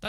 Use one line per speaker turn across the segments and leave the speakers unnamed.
大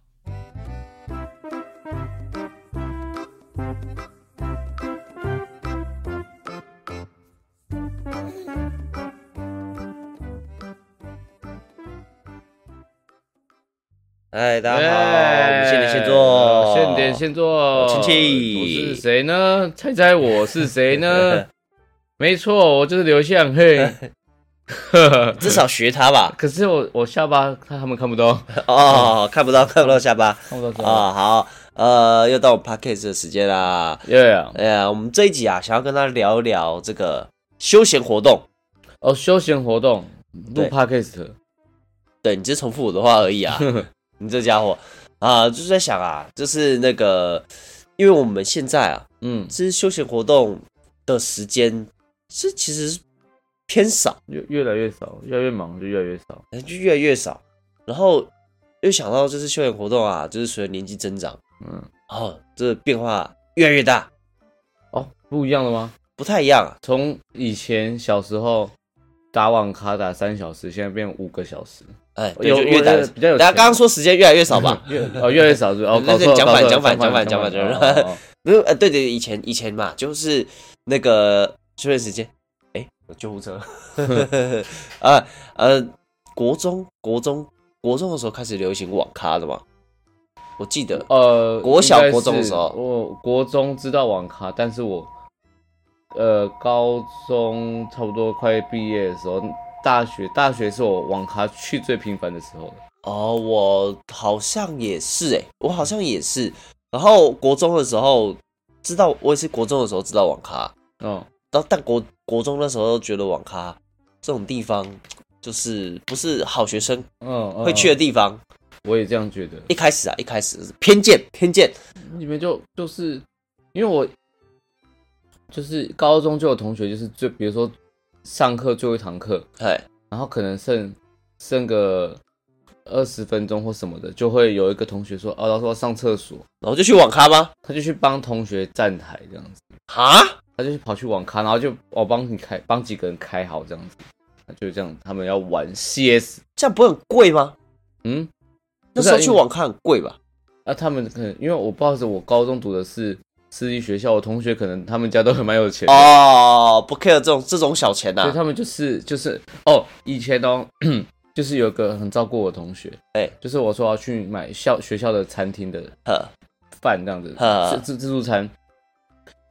嗨，哎大家好，我们现点现做，
哎现点现做，
我哎亲戚
我是谁呢？猜猜我是谁呢？ 没错，我就是刘向嘿。
至少学他吧。
可是我我下巴他他们看不到，
哦，看不到，看不到下巴
看不到
啊、好，呃，又到我们 podcast 的时间啦。
，Yeah，
哎呀，我们这一集啊，想要跟大家聊一聊这个休闲活动。
哦，休闲活动录
对
Podcast，
对你只是重复我的话而 已啊，你这家伙啊、就是在想啊，就是那个，因为我们现在啊，
嗯，
其实休闲活动的时间是其实是偏少。
越越来越少，越来越忙就越来越少，
哎就越来越少。然后又想到就是休闲活动啊，就是随着年纪增长，
嗯，
哦，这个变化越来越大，
哦，不一样了吗？
不太一样啊。
从以前小时候打网咖打三小时，现在变五个小时，
哎，对
有
就越打
我觉得比较有
大家
钱
刚刚说时间越来越少吧？
越 哦越来越少是不是 哦，搞
对对
错了
讲
搞错了
反讲反讲反
讲
讲
反
反
哦哦哦
没有，呃，对对，以前以前嘛，就是那个休闲时间，哎，有救护车， 啊呃，国中国中国中的时候开始流行网咖的嘛，我记得
呃，
国小
应该是
国中的时候
我国中知道网咖，但是我呃高中差不多快毕业的时候，大学大学是我网咖去最频繁的时候了。
哦，我好像也是哎、我好像也是。然后国中的时候知道，我也是国中的时候知道网咖，
哦，
然后但国国中那时候觉得网咖这种地方就是不是好学生
嗯，嗯
会去的，地方。
我也这样觉得。
一开始啊，一开始是偏见偏见，
你们就就是因为我就是高中就有同学，就是最比如说上课最后一堂课，
哎，
然后可能剩剩个二十分钟或什么的，就会有一个同学说哦，老师我要上厕所。
然后就去网咖吗？
他就去帮同学站台这样子，
啊，
他就去跑去网咖，然后就我帮你开，帮几个人开好这样子，他就这样，他们要玩 CS，
这样不会很贵吗？
嗯，不
那
是
时
啊
候去网咖很贵吧？
啊，他们可能因为我不知道是我高中读的是私立学校，我同学可能他们家都很蛮有钱的，
哦，不 care 这种这种小钱呐、啊
所以他们就是就是哦，以前哦， 就是有个很照顾我的同学，
哎
就是我说我要去买校学校的餐厅的
呵，
饭这样子，
呵
自自自助餐。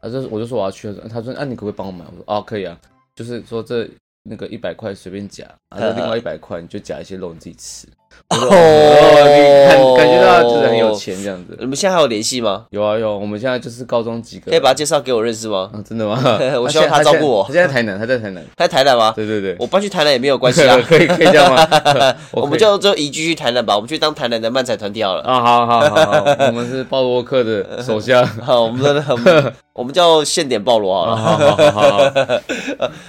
啊，就是我就说我要去，他说啊，你可不可以帮我买？我说哦、可以啊，就是说这那个一百块随便夹，啊，
呵
这另外一百块你就夹一些肉你自己吃。
哦，
哦，你看感觉到他就是很有。钱这样
你
子。
们现在还有联系吗？
有啊有，我们现在就是高中几个。
可以把他介绍给我认识吗？
啊，真的吗
？我希
现在
望他照顾我
他现在他现在在台南，他在台南。
他在台南吗？
对对对，。
我搬去台南也没有关系啊？
可以可以这样吗
我
可
们
以
就就移居去台南吧，我们去当台南的漫才团体好 了。
啊，好好好好，我们是鲍罗克的手下。
好，我们真的很，我们 叫现点暴罗好
啊
了。
好好好好好，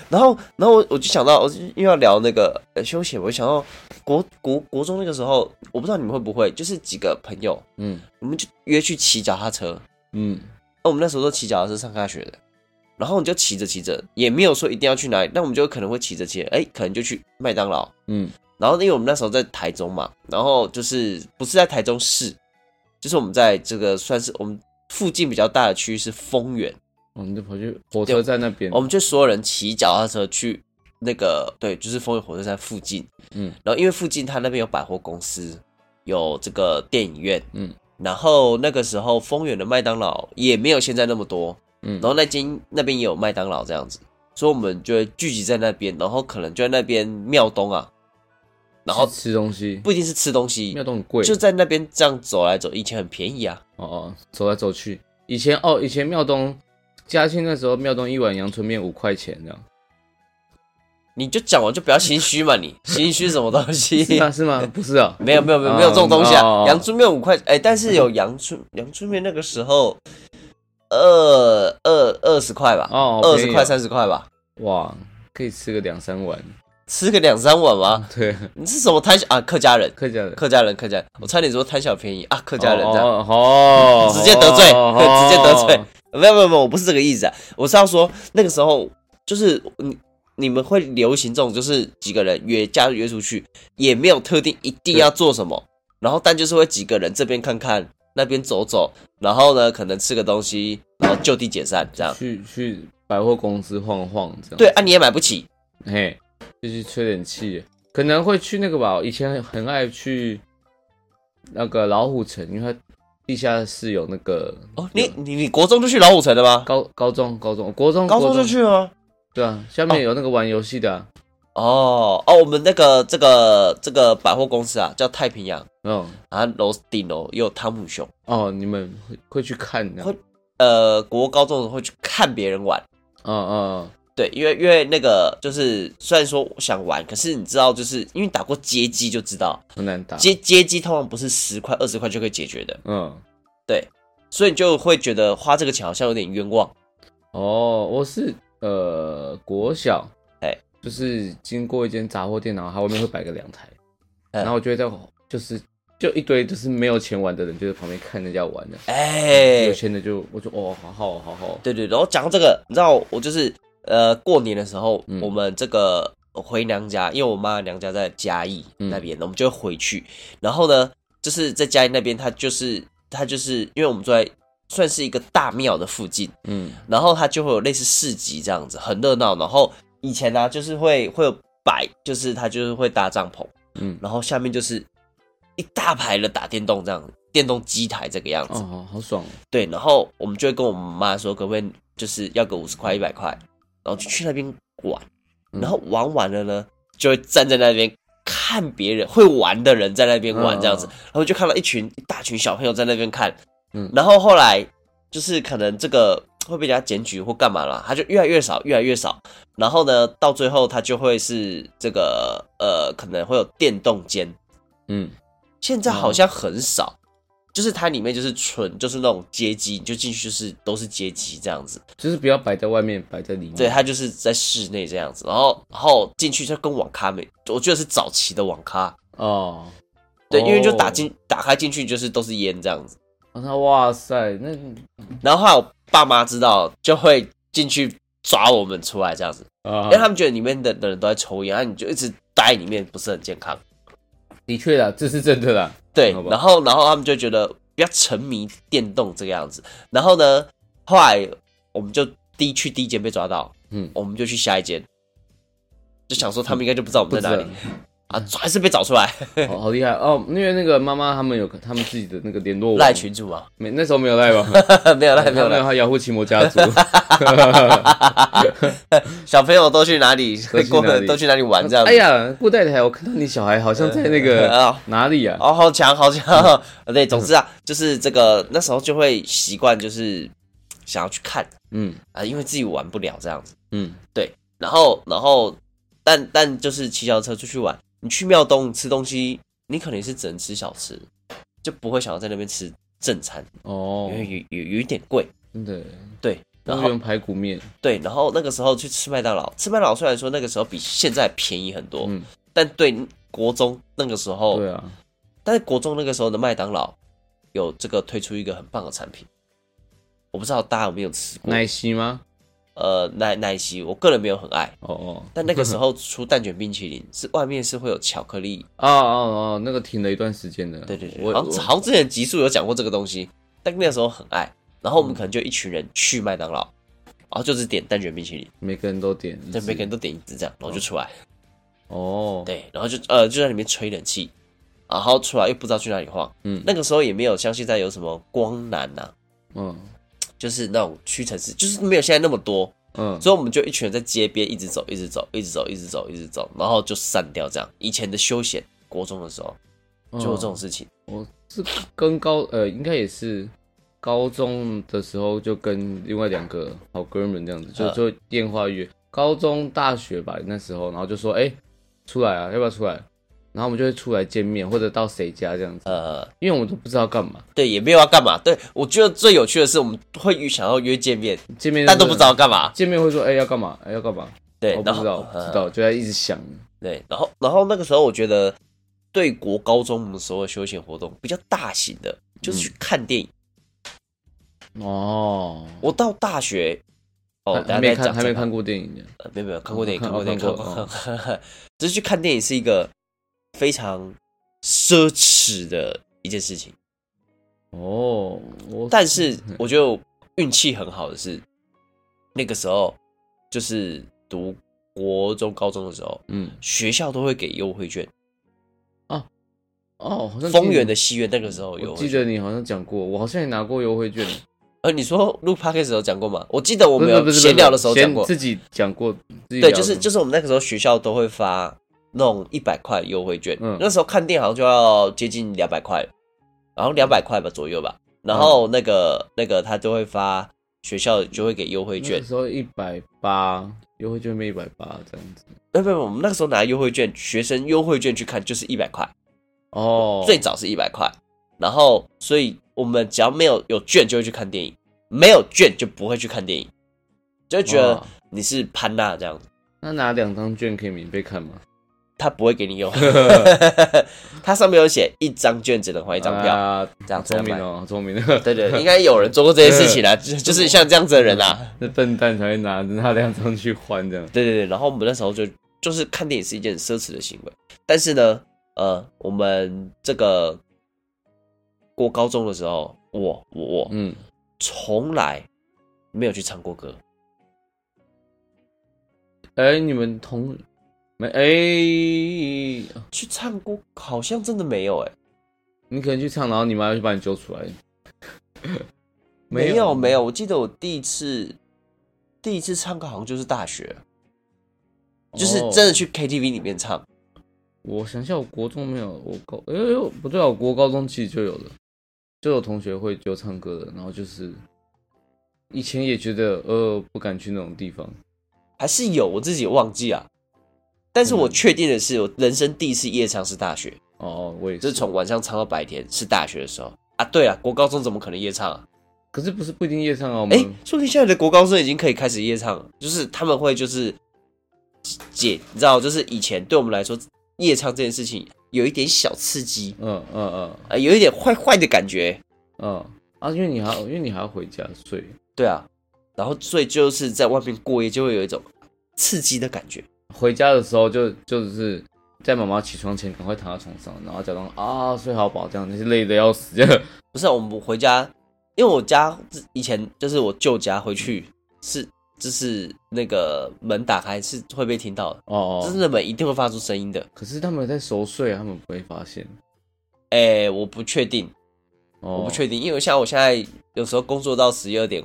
然后，然后我我就想到，我就又要聊那个、呃、休闲，我就想到国国国中那个时候，我不知道你们会不会，就是几个朋友，
嗯
我们就约去骑脚踏车。
嗯，
那我们那时候都骑脚踏车上下学的，然后你就骑着骑着，也没有说一定要去哪里，那我们就可能会骑着骑着，哎，可能就去麦当劳，
嗯，
然后因为我们那时候在台中嘛，然后就是不是在台中市，就是我们在这个算是我们附近比较大的区域是丰原，
我们就跑去火车站那边
我。们就所有人骑脚踏车去那个对，就是丰原火车站附近，
嗯，
然后因为附近它那边有百货公司，有这个电影院，
嗯，
然后那个时候丰原的麦当劳也没有现在那么多，
嗯
然后那间那边也有麦当劳这样子，所以我们就会聚集在那边，然后可能就在那边庙东啊，然后
去吃东西，
不一定是吃东西，
庙都很贵，
就在那边这样走来走，以前很便宜啊。
哦哦，走来走去。以前哦，以前庙东嘉庆那时候，庙东一碗阳春面五块钱这样，
你就讲完就不要心虚嘛你，心虚什么东西？
是吗？是吗？不是啊，
没有没有没有没有这种东西
哦
啊！阳春面五块，哎，但是有阳春阳春面那个时候呃二二二十块吧，
哦
二
便
十
宜哦
啊块三十块吧，
哇，可以吃个两三碗，
吃个两三碗吗？
对，
你是什么贪小啊？客家人，
客家人，
客家人，客家人，我差点说贪小便宜啊，客家人这样。
哦哦，哦
直接得罪
哦
直接得罪没有没有没有，我不是这个意思啊，我是要说那个时候就是你你们会流行这种，就是几个人约假日约出去，也没有特定一定要做什么，然后但就是会几个人这边看看，那边走走，然后呢可能吃个东西，然后就地解散 这样。
去去百货公司晃晃这样。
对，啊，你也买不起，
嘿，就去吹点气，可能会去那个吧。我以前很爱去那个老虎城，因为它地下室有那个
哦，你你你国中就去老虎城了吗？
高高中、高中、国中、
高中就去哦了吗？
对啊，下面有那个玩游戏的、啊，
哦哦，我们那个这个这个百货公司啊，叫太平洋，
嗯，
然后楼顶楼也有汤姆熊。
哦，你们会会去看的、啊
会呃，国高中的时候会去看别人玩，
嗯嗯
对，因为因为那个就是虽然说我想玩，可是你知道，就是因为打过街机就知道，
嗯，很难打，
街街机通常不是十块二十块就可以解决的，
嗯。
所以你就会觉得花这个钱好像有点冤枉。
哦，我是呃国小，
哎
就是经过一间杂货店，然后它外面会摆个两台，
哎
然后我就会在就是就一堆就是没有钱玩的人，就在旁边看人家玩的，
哎、
嗯有钱的就我就哦好好好好，
对对，然后讲到这个，你知道我就是呃过年的时候，
嗯
我们这个回娘家，因为我妈娘家在嘉义
嗯
那边，我们就会回去。然后呢，就是在嘉义那边，它就是它就是因为我们住在算是一个大庙的附近，
嗯
然后它就会有类似市集这样子，很热闹。然后以前呢、就是会会有摆，就是它就是会搭帐篷，
嗯，
然后下面就是一大排的打电动这样，电动机台这个样子。
哦好好爽哦，
对，然后我们就会跟我们妈说，可不可以就是要个五十块、一百块，然后就去那边玩，
嗯
然后玩完了呢，就会站在那边看别人会玩的人在那边玩这样子，
嗯
然后就看到一群一大群小朋友在那边看，
嗯
然后后来就是可能这个会被人家检举或干嘛啦，他就越来越少，越来越少，然后呢，到最后他就会是这个呃，可能会有电动间，
嗯
现在好像很少，就是它里面就是纯就是那种街机，你就进去就是都是街机这样子。
就是不要摆在外面，摆在里面，
对，它就是在室内这样子，然后然后进去就跟网咖没，我觉得是早期的网咖，
哦，
对，因为就
哦
打进打开进去就是都是烟这样子。
哦那哇塞，那
然后后来我爸妈知道就会进去抓我们出来这样子，
啊
因为他们觉得里面的的人都在抽烟，然啊后你就一直待在里面不是很健康。
的确啦，这是真的啦，
对
好，吧
然后然后他们就觉得不要沉迷电动这个样子。然后呢，后来我们就第一去第一间被抓到，
嗯
我们就去下一间，就想说他们应该就不知道我
不
们
知
在哪
道
里。啊，还是被找出来，
好好厉害哦！因为那个妈妈他们有他们自己的那个联络网
赖群主嘛，
没那时候没有赖吧？
没有赖没有
他
赖，
哦还有户奇摩家 族，
小朋友都去哪里？
都去
过
哪里
都去哪里玩这样子？
哎呀，顾太太，我看到你小孩好像在那个
啊
哪里啊？
哦，好强，好强！
嗯
对，总之啊，就是这个那时候就会习惯，就是想要去看
嗯
啊，因为自己玩不了这样子。
嗯，
然后然后但但就是骑小车出去玩，你去庙东吃东西，你可能是只能吃小吃，就不会想要在那边吃正餐，因
哦，
为有有有一点贵。
真的，
对，然
然
后
后用排骨面，
对，然后那个时候去吃麦当劳，吃麦当劳虽然说那个时候比现在便宜很多，
嗯，
但对国中那个时候，
对啊，
但是国中那个时候的麦当劳有这个推出一个很棒的产品，我不知道大家有没有吃过？
奶昔吗？
呃，奶奶昔，我个人没有很爱，
哦哦，
但那个时候出蛋卷冰淇淋是外面是会有巧克力
哦哦哦，那个停了一段时间的，
对对对，
我
好像好像之前集数有讲过这个东西，但那时候很爱。然后
嗯
我们可能就一群人去麦当劳，然后就是点蛋卷冰淇淋，
每个人都点一次，
对，每个人都点一只这样，然后就出来，
哦，
对，然后就呃就在里面吹冷气，然后出来又不知道去哪里晃。
嗯
那个时候也没有像现在有什么光南呐、
嗯
就是那种屈臣氏，就是没有现在那么多，
嗯，
所以我们就一群人在街边一直走，一直走，一直走，一直走，一直走，然后就散掉这样。以前的休闲，国中的时候就
嗯
有这种事情。
我是跟高呃，应该也是高中的时候就跟另外两个好哥们这样子，就
嗯
就电话约。高中、大学吧，那时候，然后就说，哎、出来啊，要不要出来？然后我们就会出来见面，或者到谁家这样子，
呃，
因为我们都不知道干嘛，
对，也没有要干嘛。对我觉得最有趣的是，我们会想要约见面，
见面
但都不知道干嘛。
见面会说，哎、要干嘛？哎、要干嘛？
对
我，不
然
知
后
道，
呃
不知道，就在一直想。
对，然后然后那个时候我觉得，对国高中我们所有休闲活动比较大型的，
嗯
就是去看电影。
哦，
我到大学，哦，
还
大
还没
家
看，
讲
还没
这个
看，过电影的。
呃没有没有看过电影，
哦
看过电影，
看
看
过哦
过，看过 只是去看电影是一个非常奢侈的一件事情。
哦，我
但是
嗯
我觉得我运气很好的是，那个时候就是读国中、高中的时候，
嗯，
学校都会给优惠券。
哦，好像
丰原
记
的戏院那个时候有
我
优惠
记
券，
得你好像讲过，我好像也拿过优惠券。
呃，你说录 p o d c a s 时候讲过吗？我记得我
我
们有闲聊的时候讲过，
自己讲过，自己
对，
聊
就是
过
就是我们那个时候学校都会发那种一百块优惠券，
嗯
那时候看店好像就要接近两百块，然后两百块吧左右吧，然后
嗯
那个、那个他就会发学校就会给优惠
那
券
个，时候一百八，优惠券变一百八这样子。
没有呃没有，我们那个时候拿优惠券，学生优惠券去看就是一百块，
哦，
最早是一百块，然后所以我们只要没有有券就会去看电影，没有券就不会去看电影，就会觉得
哇
你是潘娜这样子，
那拿两张券可以免费看吗？
他不会给 你用，他上面有写一张券只能换一张票，
啊，
这样子
聪明哦，好聪明的。
对对，应该有人做过这些事情啦，啊就就是像这样子的人啊啦，
那笨蛋才会拿拿两张去换这样。
对对对，然后我们那时候就就是看电影是一件奢侈的行为，但是呢，呃，我们这个过高中的时候，我我我，
嗯，
从来没有去唱过歌。
哎、你们同没哎、
去唱歌好像真的没有哎、
你可能去唱，然后你妈要去把你揪出来。
没有没有，我记得我第一次第一次唱歌好像就是大学，就是真的去 KTV 里面唱。
我想一下，我国中没有，我高，哎、呦，不对啊，我国高中其实就有了，就有同学会就唱歌的，然后就是以前也觉得呃不敢去那种地方，
还是有我自己也忘记啊。但是我确定的是，我人生第一次夜唱是大学，
哦，我也
就
是，
是从晚上唱到白天，是大学的时候啊。对啊，国高中怎么可能夜唱啊？
可是不是不一定夜唱啊，我
哎、
们、
说不定现在的国高中已经可以开始夜唱了，就是他们会就是姐，你知道，就是以前对我们来说，夜唱这件事情有一点小刺激，
嗯嗯嗯
啊、有一点坏坏的感觉。
嗯啊，因为你还因为你还要回家睡，
对啊，然后所以就是在外面过夜就会有一种刺激的感觉。
回家的时候就就是在妈妈起床前赶快躺在床上，然后假装啊睡好饱这样，那些累的要死这样。
不是啊、我们回家，因为我家以前就是我舅家回去是就是那个门打开是会被听到的，
哦
就是
哦，
那门一定会发出声音的。
可是他们在熟睡，啊他们不会发现。
哎、我不确定，
哦，
我不确定，因为像我现在有时候工作到十二点，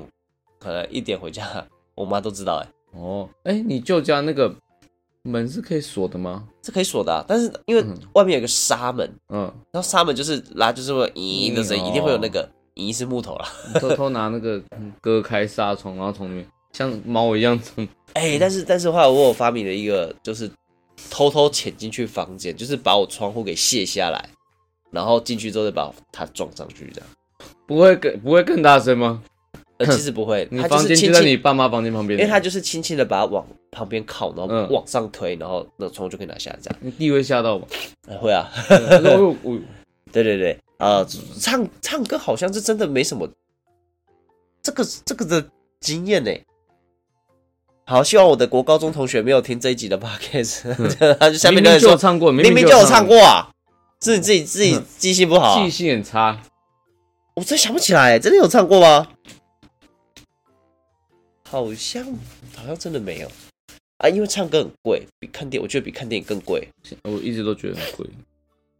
可能一点回家，我妈都知道、哎，
哦，哎、你舅家那个门是可以锁的吗？
这可以锁的啊、但是因为
嗯
外面有个纱门，
嗯，
然后纱门就是拉，就是会有咦的声音，
嗯
一定会有那个咦是木头啦。
你偷偷拿那个 嗯割开纱窗，然后从里面像猫一样从
哎、但是但是后来我有发明了一个，就是偷偷潜进去房间，就是把我窗户给卸下来，然后进去之后再把它装上去，这样。
不会更不会更大声吗？
呃，其实不会，
你
它就
房
是
间
轻
就在
轻，
你爸妈房间旁边，
因为它就是轻轻的把它往旁边靠，然
嗯
后往上推，然后那窗户就可以拿下来，这样。
你弟会吓到吧？
呃会啊，
可是我我
对对对，啊、唱唱歌好像是真的没什么这个这个的经验呢、好，希望我的国高中同学没有听这一集的 podcast，他就下面
明明
留言
就有
说
唱过，
嗯明明
明
就有唱
过，
过啊，是你自己自己记性不好啊、
记性很差。
我真想不起来，真的有唱过吗？好像好像真的没有啊，因为唱歌很贵，比看电我觉得比看电影更贵。
我一直都觉得很贵。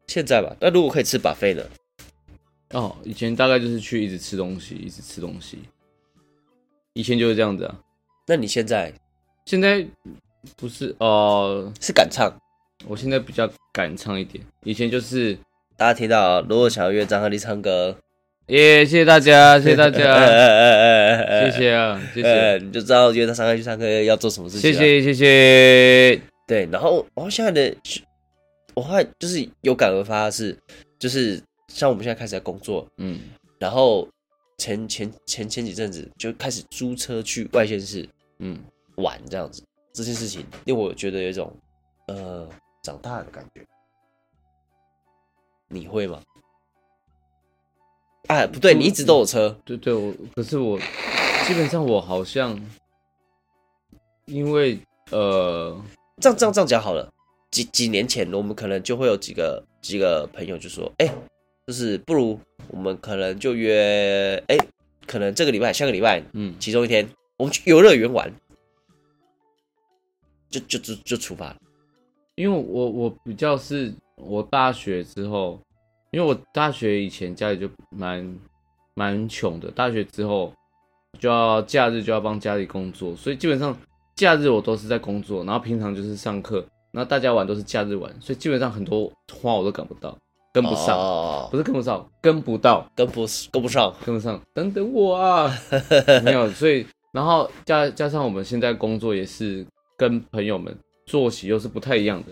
现在吧，那如果可以吃把费呢？
哦，以前大概就是去一直吃东西，一直吃东西。以前就是这样子啊，
那你现在
现在不是呃，
是敢唱？
我现在比较敢唱一点。以前就是
大家听到啊，如果想要约张鹤丽唱歌，
耶谢谢大家，谢谢 大 家，
谢
谢谢啊，谢
呃，
谢，
你就知道约他上课去唱歌要做什么事情。啊
谢。啊谢，谢谢。
对，然后然后现在的，我后来就是有感而发的是，就是像我们现在开始在工作，
嗯，
然后前前前前几阵子就开始租车去外县市
嗯，
玩这样子，这件事情令我觉得有一种呃长大的感觉。你会吗？啊，不对，
嗯
你一直都有车，
对对，我可是我基本上我好像因为呃，
这样这样这样讲好了。几几年前，我们可能就会有几个几个朋友就说，哎、就是不如我们可能就约，哎、可能这个礼拜、下个礼拜
嗯，
其中一天，我们去游乐园玩，就就就就出发了。
因为我我比较是我大学之后，因为我大学以前家里就蛮蛮穷的，大学之后就要假日就要帮家里工作，所以基本上假日我都是在工作，然后平常就是上课，然后大家玩都是假日玩，所以基本上很多花我都赶不到，跟不上，
哦
不是跟不上，跟不到，
跟不跟不上，
跟不上，等等我啊，没有，所以然后加加上我们现在工作也是跟朋友们作息又是不太一样的。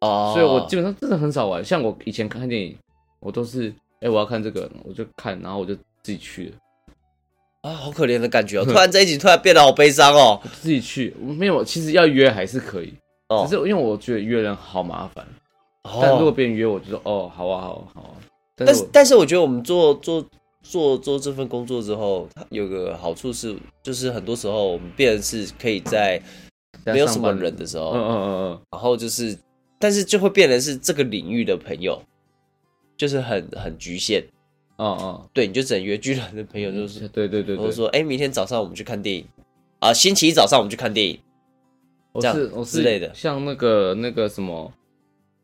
哦，
所以我基本上真的很少玩。像我以前看电影，我都是哎、诶我要看这个，我就看，然后我就自己去了，
啊，好可怜的 感觉哦！突然这一集突然变得好悲伤哦。
我自己去。我没有，其实要约还是可以，
哦
只是因为我觉得约人好麻烦。
哦
但如果别人约我，就说哦，好啊，好啊，好啊。但是
但是
我
但是我觉得我们做做做做这份工作之后，它有个好处是，就是很多时候我们变成是可以在没有什么人的时候，
嗯嗯嗯
然后就是，但是就会变成是这个领域的朋友，就是很很局限。
嗯嗯
对，你就只能约巨人的朋友，就
嗯，
是
对对对
或者
对，
说，哎、明天早上我们去看电影啊，星期一早上我们去看电影。
我
这样
是我是
之类的
像那个那个什么，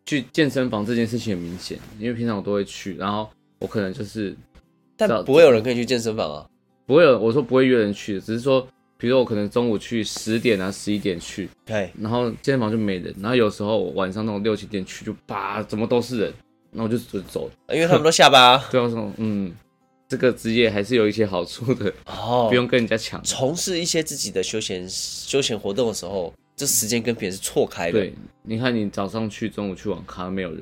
去健身房这件事情很明显，因为平常我都会去，然后我可能就是啊知道
但不会有人可以去健身房啊。
不会有，我说不会约人去，只是说，比如说我可能中午去十点啊、十一点去，
对，
然后健身房就没人，然后有时候我晚上那种六七点去就啪，怎么都是人，那我就走走。
因为他们都下 班啊。
对啊，我说嗯，这个职业还是有一些好处的，
哦，
不用跟人家抢。
从事一些自己的休闲休闲活动的时候，这时间跟别人是错开的。
对，你看你早上去，中午去网咖没有人，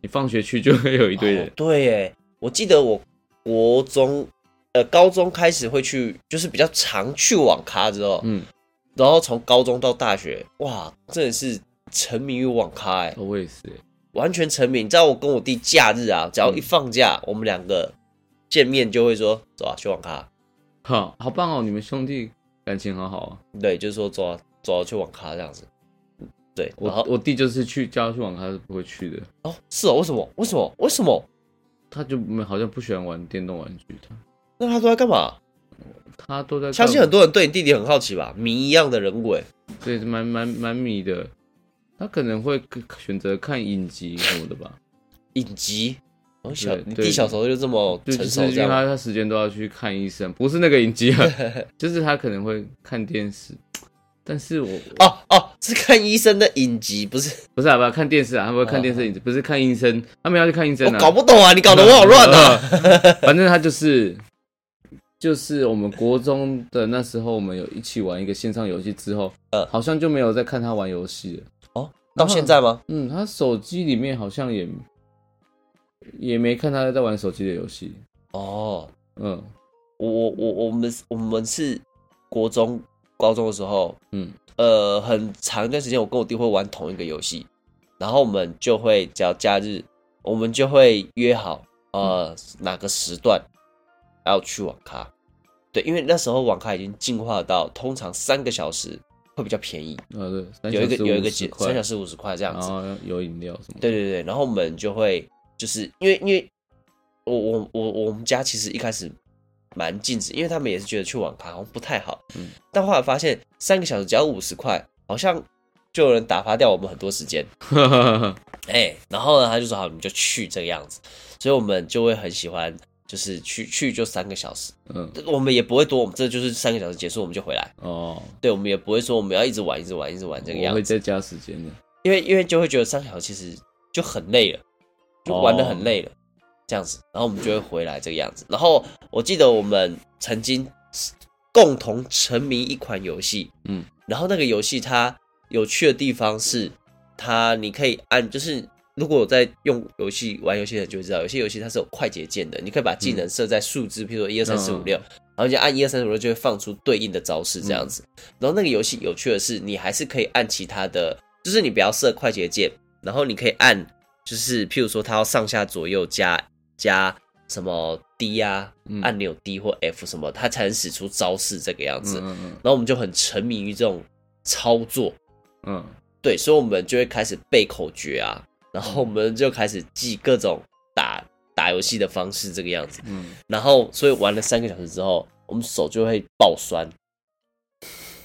你放学去就会有一堆
哦
人。
对耶，我记得我国中呃高中开始会去，就是比较常去网咖之后，
嗯，
然后从高中到大学，哇，真的是沉迷于网咖哎，
我也是欸，
完全沉迷。你知道我跟我弟假日
嗯
啊，只要一放假，我们两个见面就会说走啊去网咖，
好好棒哦，你们兄弟感情很好啊。
对，就是说走啊走啊去网咖这样子。对，然
我
后
我弟就是去叫他去网咖是不会去的，
哦，是哦，为什么？为什么？为什么？
他就没好像不喜欢玩电动玩具，他
那他都在干嘛？
他都在
相信
干
很多人对你弟弟很好奇吧？谜一样的人物、欸，
对，蛮蛮蛮迷的。他可能会更选择看影集什么的吧，
影集。我小
对
你
对
弟小时候就这么
就就
成
是
熟
因
这
为他
样，
他时间都要去看医生，不是那个影集 啊，就是他可能会看电视。但是我
哦哦，是看医生的影集，不是？
不是啊，不是看电视啊，他们会看电视影集，不是看医生，他们要去看医生
哦我
啊。
搞不懂啊，你搞得我好乱啊！
呃反正他就是就是我们国中的那时候，我们有一起玩一个线上游戏之后，
呃
好像就没有再看他玩游戏了。
到现在吗？
嗯，他手机里面好像也也没看他在玩手机的游戏。
哦，
嗯
我我我我们我们是国中高中的时候，
嗯，
呃，很长一段时间我跟我弟会玩同一个游戏，然后我们就会只要假日，我们就会约好
嗯
呃、哪个时段要去网咖。对，因为那时候网咖已经进化到通常三个小时会比较便宜，
呃，对，三
有一个
小时
有一个
50
节
块哦
三小时五十块这样
然
子。
后有饮料什么的。
对对对，然后我们就会就是因为因为我我我我们家其实一开始蛮禁止，因为他们也是觉得去网咖好像不太好，
嗯
但后来发现三个小时只要五十块，好像就有人打发掉我们很多时间，哎、然后呢他就说好你们就去这个样子，所以我们就会很喜欢。就是去去就三个小时，
嗯，
我们也不会多，我们这就是三个小时结束我们就回来。
哦，
对，我们也不会说我们要一直玩一直玩一直玩这个
我
样子
会。再加时间的。
因为因为就会觉得三小时其实就很累了，就玩的很累了，这样子，然后我们就会回来这个样子。然后我记得我们曾经共同沉迷一款游戏，
嗯，
然后那个游戏它有趣的地方是，它你可以按就是。如果我在用游戏玩游戏的人就会知道，有些游戏它是有快捷键的，你可以把技能设在数字，譬如说一二三四五六，然后你就按一二三四五六就会放出对应的招式这样子。然后那个游戏有趣的是，你还是可以按其他的，就是你不要设快捷键，然后你可以按，就是譬如说它要上下左右加加什么 D 啊、
嗯
按钮 D 或 F 什么，它才能使出招式这个样子。
嗯嗯
然后我们就很沉迷于这种操作，
嗯
对，所以我们就会开始背口诀啊，然后我们就开始记各种打打游戏的方式这个样子。
嗯
然后所以玩了三个小时之后，我们手就会爆酸。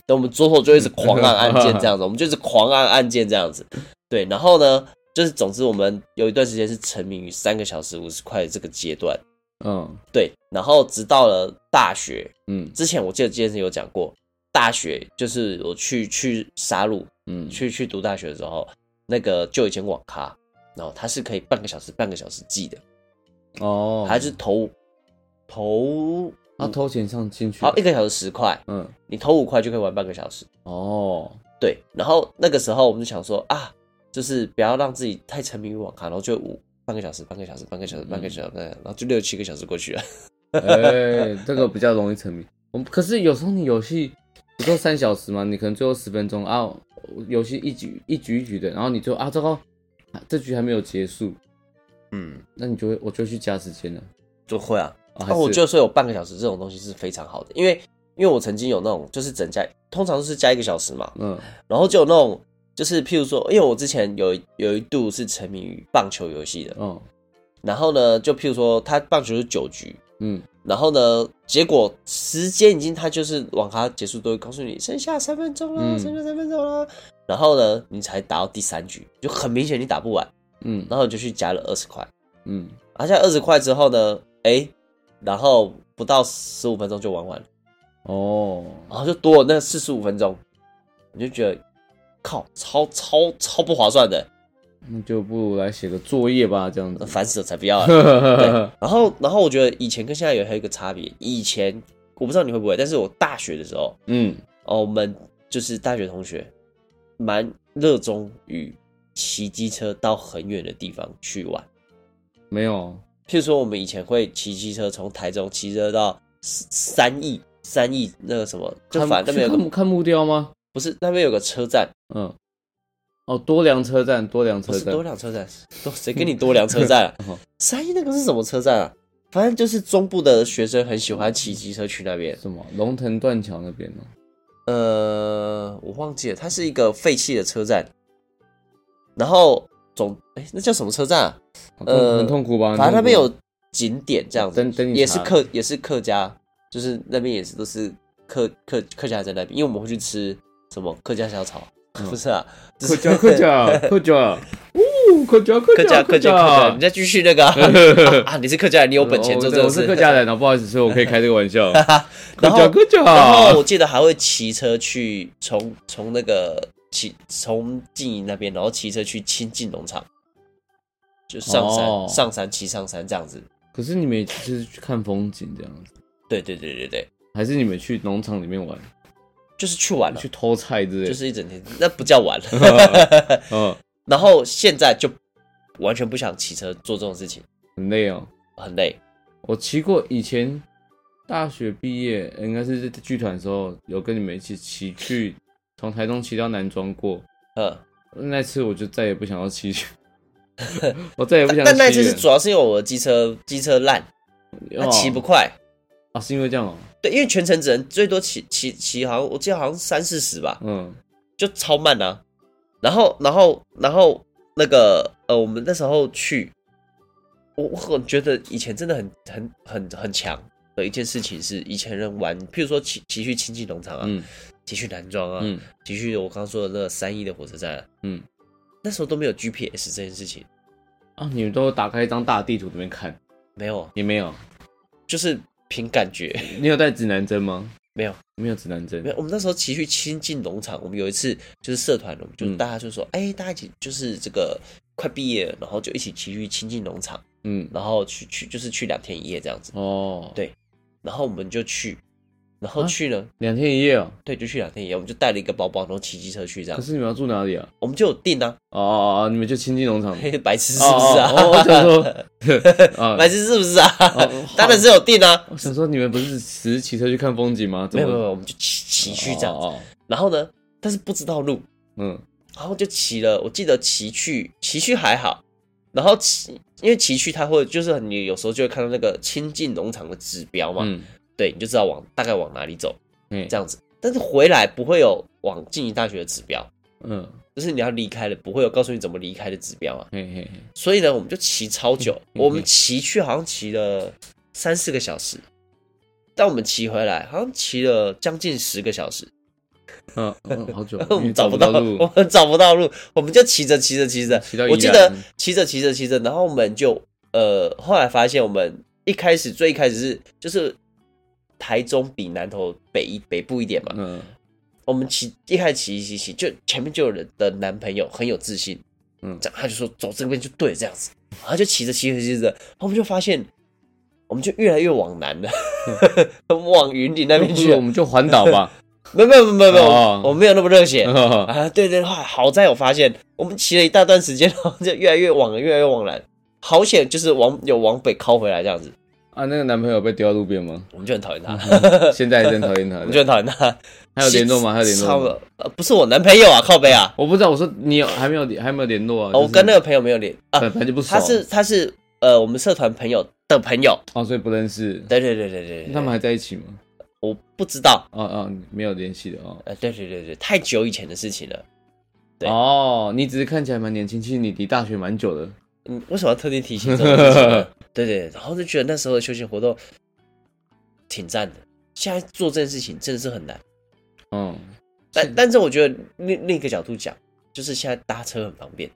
等我们左手就一直狂按按键这样子，我们就是狂按按键这样子。对，然后呢，就是总之我们有一段时间是沉迷于三个小时五十块的这个阶段。
嗯
对，然后直到了大学
嗯
之前，我记得之前有讲过，大学就是我去去杀戮，
嗯，
去去读大学的时候，那个就有一间网咖，然后它是可以半个小时半个小时记的，
哦，
它是投投
他投钱上进去，
哦好一个小时十块，
嗯
你投五块就可以玩半个小时。
哦，
对，然后那个时候我们就想说啊，就是不要让自己太沉迷于网咖，然后就五半个小时、半个小时、半个小时、半个小时，然后就六七个小时过去了。
哎，这个比较容易沉迷。我们可是有时候你游戏不够三小时嘛，你可能最后十分钟啊，游戏一局一局一局的，然后你就啊糟糕，啊这局还没有结束，
嗯，
那你就会我就去加时间了。
就会啊。
啊，还
那我
是
就说有半个小时这种东西是非常好的，因为因为我曾经有那种就是整加，通常都是加一个小时嘛，
嗯
然后就有那种，就是譬如说，因为我之前有有一度是沉迷于棒球游戏的，
哦
然后呢，就譬如说，他棒球是九局，
嗯
然后呢，结果时间已经他就是网咖结束都会告诉你剩下三分钟啦，
嗯
剩下三分钟啦，然后呢，你才打到第三局，就很明显你打不完，
嗯
然后你就去加了二十块，
嗯，
而啊且二十块之后呢，哎，然后不到十五分钟就玩完了，
哦，
然后就多了那四十五分钟，你就觉得靠，超超超不划算的、
那就不如来写个作业吧，这样子。
烦死了，才不要了。对
嗯
然后，然后我觉得以前跟现在有还有一个差别，以前我不知道你会不会，但是我大学的时候，
嗯
哦，我们就是大学同学，蛮热衷于骑机车到很远的地方去玩。
没有，
譬如说，我们以前会骑机车从台中骑车到三义，三义那个什么，就
看
反正那边有
去
个
看看木雕吗？
不是那边有个车站，
嗯，哦，多良车站，多良车
不是
站
多，良车站，多谁跟你多良车站啊
哦？
三义那个是什么车站啊？反正就是中部的学生很喜欢骑机车去那边。
什么龙腾断桥那边呢？
呃，我忘记了，它是一个废弃的车站。然后总哎，那叫什么车站啊？
好痛
呃
很痛苦吧？很
反正那边
痛
有
苦
景点这样子，
等等你
也是
查
客也是客家，就是那边也是都是客客客家人在那边，因为我们会去吃什么客家小炒， 不是啊，就
嗯客家客
是
家客家，哦，客家客
客家
家
客家客家，你再继续那 个啊啊啊，你是客家人，你有本钱做这
我
种
哦我是
事。
客家人啊，不好意思，所以我可以开这个玩笑。 客
然后
家客家，
然后我记得还会骑车去从从那个骑从静宜那边，然后骑车去亲近农场，就上山、
哦
上山骑上山这样子。
可是你们也就是去看风景这样子，
对对对对对，
还是你们去农场里面玩，
就是去玩了，
去偷菜之类的？
就是一整天，那不叫 玩。
嗯，
然后现在就完全不想骑车做这种事情，
很累哦。
很累。
我骑过以前大学毕业，呃应该是在剧团的时候，有跟你们一起骑去从台中骑到南庄过。
嗯，
那次我就再也不想要骑， 我再也不想骑了。
但那一次是主要是因为我的机车机车烂，它骑不
哦
快。
啊，是因为这样哦。
对，因为全程只能最多骑骑骑，好像我记得好像三四十吧。
嗯
就超慢啊。然后，然后，然后那个呃，我们那时候去，我我很觉得以前真的很很很很强的一件事情是，以前人玩，譬如说骑骑去亲戚农场啊，
嗯
骑去南庄啊，
嗯
骑去我刚刚说的那个三义的火车站、啊，
嗯。
那时候都没有 GPS 这件事情，
啊，你们都打开一张大地图里面看，
没有，
也没有。
就是凭感觉，
你有带指南针吗？
没有。
没有指南针
没。有，我们那时候骑去亲近农场，我们有一次就是社团，我们就
嗯
大家就说，哎、大家一起就是这个快毕业了，然后就一起骑去亲近农场，
嗯，
然后去去就是去两天一夜这样子，
哦，
对然后我们就去，然
啊
后去呢，
两天一夜啊。
对，就去两天一夜，我们就带了一个包包，然后骑机车去这样
可，是你们要住哪里啊？
我们就有定啊，
哦哦哦，你们就亲近农场。
嘿白痴是不是啊？
哦哦哦我想说， 啊，
白痴是不是啊
哦？
当然是有定啊，
我想说你们不是只是骑车去看风景吗？怎
没
么
有没有，没有我们就骑骑去这样子，
哦，哦哦
然后呢，但是不知道路，
嗯，
然后就骑了，我记得骑去骑去还好，然后骑因为骑去它会就是你有时候就会看到那个亲近农场的指标嘛，
嗯，
对，你就知道往大概往哪里走
哎
这，样子，但是回来不会有往静宜大学的指标。
嗯，
就是你要离开了，不会有告诉你怎么离开的指标啊。
嘿嘿嘿，
所以呢，我们就骑超久，
嗯
我们骑去好像骑了三四个小时，但我们骑回来好像骑了将近十个小时，
嗯嗯，好久
，我
因为
们
找
找
不
不
到
到，
路，
我们找不到路，我们就骑着骑着骑着
骑到，宜兰
我记得骑着骑着骑着，然后我们就呃，后来发现我们一开始最一开始是就是台中比南投北一北部一点嘛，
嗯
我们骑一开始骑骑骑，就前面就有人的男朋友很有自信，
嗯
这样他就说走这边就对了这样子，然后就骑着骑着骑着，然后我们就发现，我们就越来越往南了， 往云顶那边
不
去
如我
了。
们就环岛 吧。
没有没有没有没有，
哦
我没有那么热血、
嗯
啊！对对对，好在我发现我们骑了一大段时间，然后就越来越往越来越往南，好险就是往有往北靠回来这样子，
啊，那个男朋友被丢到路边吗？
我们就很讨厌他，
现在还真讨厌他
我们就。很讨厌他。
嗯 还有联络吗？还有联络
超
吗？
了呃，不是我男朋友啊，靠背啊，
我不知道，我说你有还没有还没有联络啊？
哦我跟那
个
个朋友没有联啊，
本来就不熟，
他是他是呃我们社团朋友的朋友，
哦，所以不认识。
对对对对对对，
他们还在一起吗？
我不知道，
哦哦，没有联系的哦。
呃，对对对对，太久以前的事情了。对
哦，你只是看起来蛮年轻，其实你离大学蛮久的。
嗯，为什么要特地提醒这个事 情呢？对对，然后就觉得那时候的休闲活动挺赞的，现在做这件事情真的是很难。
嗯，
但但是我觉得另另一个角度讲，就是现在搭车很方便。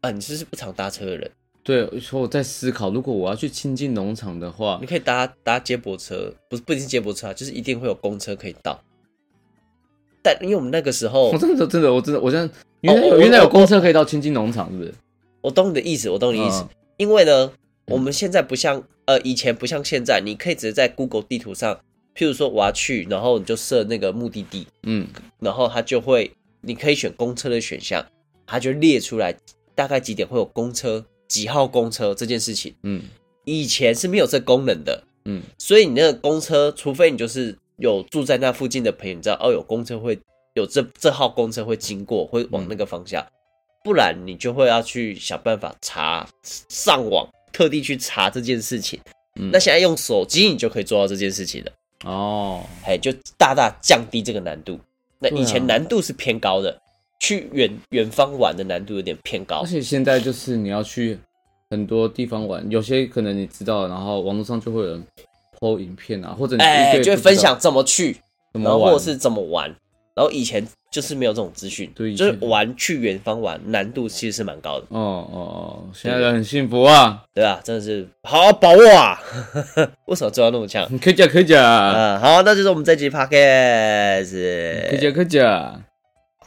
啊，你是不是不常搭车的人？
对，所以我在思考，如果我要去亲近农场的话
你，可以搭搭接驳车，不是不一定是接驳车啊，就是一定会有公车可以到。但因为我们那个时候
我，真的真的我真的我真的原来
哦
有
我
原来有公车可以到亲近农场，是不是？
我懂你的意思，我懂你的意思。
嗯
因为呢，我们现在不像呃以前不像现在，你可以直接在 Google 地图上，譬如说我要去，然后你就设那个目的地，
嗯，
然后它就会，你可以选公车的选项，它就列出来大概几点会有公车，几号公车这件事情。
嗯
以前是没有这功能的，
嗯，
所以你那个公车，除非你就是有住在那附近的朋友，你知道哦，有公车会有这这号公车会经过，会往那个方向，不然你就会要去想办法查上网，特地去查这件事情。
嗯
那现在用手机，你就可以做到这件事情了，
哦，
哎，就大大降低这个难度。那
对啊
以前难度是偏高的，去远远方玩的难度有点偏高
而。且现在就是你要去很多地方玩，有些可能你知道，然后网络上就会有人 PO 影片啊，或者你一
哎、
对
就会
不知道
分享怎么去，
怎
然
么
后或
玩，哦
者是怎么玩。然后以前就是没有这种资讯，
对以
就是
前
玩去远方玩难度其实是蛮高的，
哦哦哦，现在人很幸福啊，
对吧？真的是好好把握啊！ 为什么做到那么 强？
你可以讲可以讲，
啊、好，那就是我们这集 podcast
可以讲可以讲，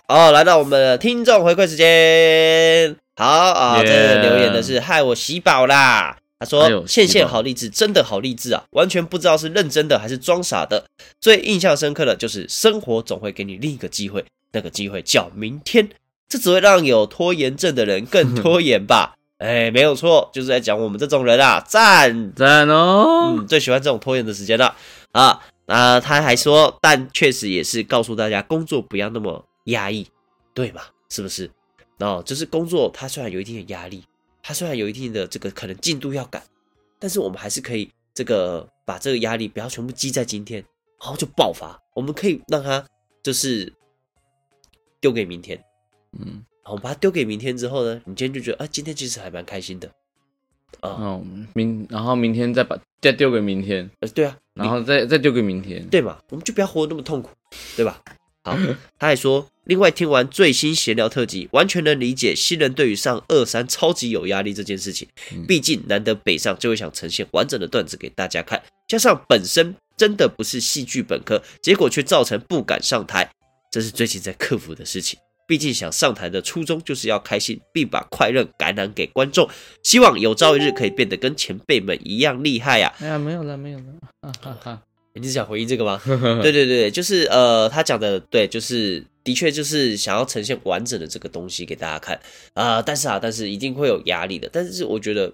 哦，来到我们的听众回馈时间。好啊
Yeah
这个留言的是害我喜宝啦。他
哎
说
呦：“
线
喜
线
宝
好励志，真的好励志啊！完全不知道是认真的还是装傻的。最印象深刻的就是生活总会给你另一个机会，那个机会叫明天。这只会让有拖延症的人更拖 延吧？哎，没有错，就是在讲我们这种人啊，赞
赞哦
嗯，，最喜欢这种拖延的时间了啊。啊，他还说，但确实也是告诉大家，工作不要那么压抑，对嘛？是不是？哦，就是工作，它虽然有一定的压力，它虽然有一定的这个可能进度要赶，但是我们还是可以这个把这个压力不要全部积在今天，然后就爆发。我们可以让它就是丢给明天，
嗯，
然后我们把它丢给明天之后呢，你今天就觉得啊，今天其实还蛮开心的啊。
哦，明然后明天再把再丢给明天，
呃，对啊，
然后再再丢给明天，
对嘛，我们就不要活得那么痛苦，对吧？好，他还说，另外听完最新闲聊特辑，完全能理解新人对于上二三超级有压力这件事情。毕竟难得北上，就会想呈现完整的段子给大家看，加上本身真的不是戏剧本科，结果却造成不敢上台，这是最近在克服的事情。毕竟想上台的初衷就是要开心，并把快乐感染给观众。希望有朝一日可以变得跟前辈们一样厉害啊呀、
哎呀，没有了，没有了，哈哈哈。
你是想回应这 个吗？对对对，就是呃，他讲的对，就是的确就是想要呈现完整的这个东西给大家看啊、但是啊，但是一定会有压力的。但是我觉得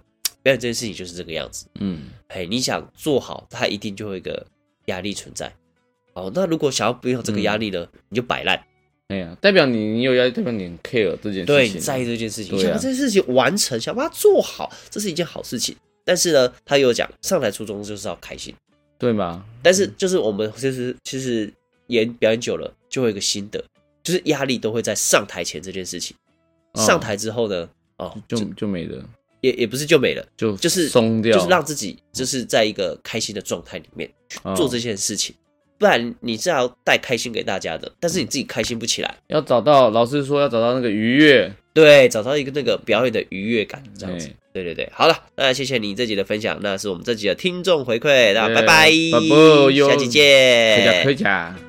表演这件事情就是这个样子，
嗯，
嘿，你想做好，它一定就会有一个压力存在。哦，那如果想要不要这个压力呢，
嗯
你就摆烂，
哎呀，代表你你有压力，代表你很 care 这件事情。
对，你在意这件事情，
对啊
想把这件事情完成，想把它做好，这是一件好事情。但是呢，他有讲上台初衷就是要开心，
对吧？
但是就是我们其实其实演表演久了，就会有一个心得，就是压力都会在上台前这件事情。
哦
上台之后呢，哦，
就
就
就没了，
也也不是就没了，
就
就是
松掉，
就是让自己就是在一个开心的状态里面
哦
做这件事情，不然你是要带开心给大家的，但是你自己开心不起来。
要找到老师说要找到那个愉悦，
对，找到一个那个表演的愉悦感，这样子
哎。
对对对，好了，那谢谢你这集的分享，那是我们这集的听众回馈，那
哎
拜拜，
拜拜哟
下期见，
可以讲可以讲。啊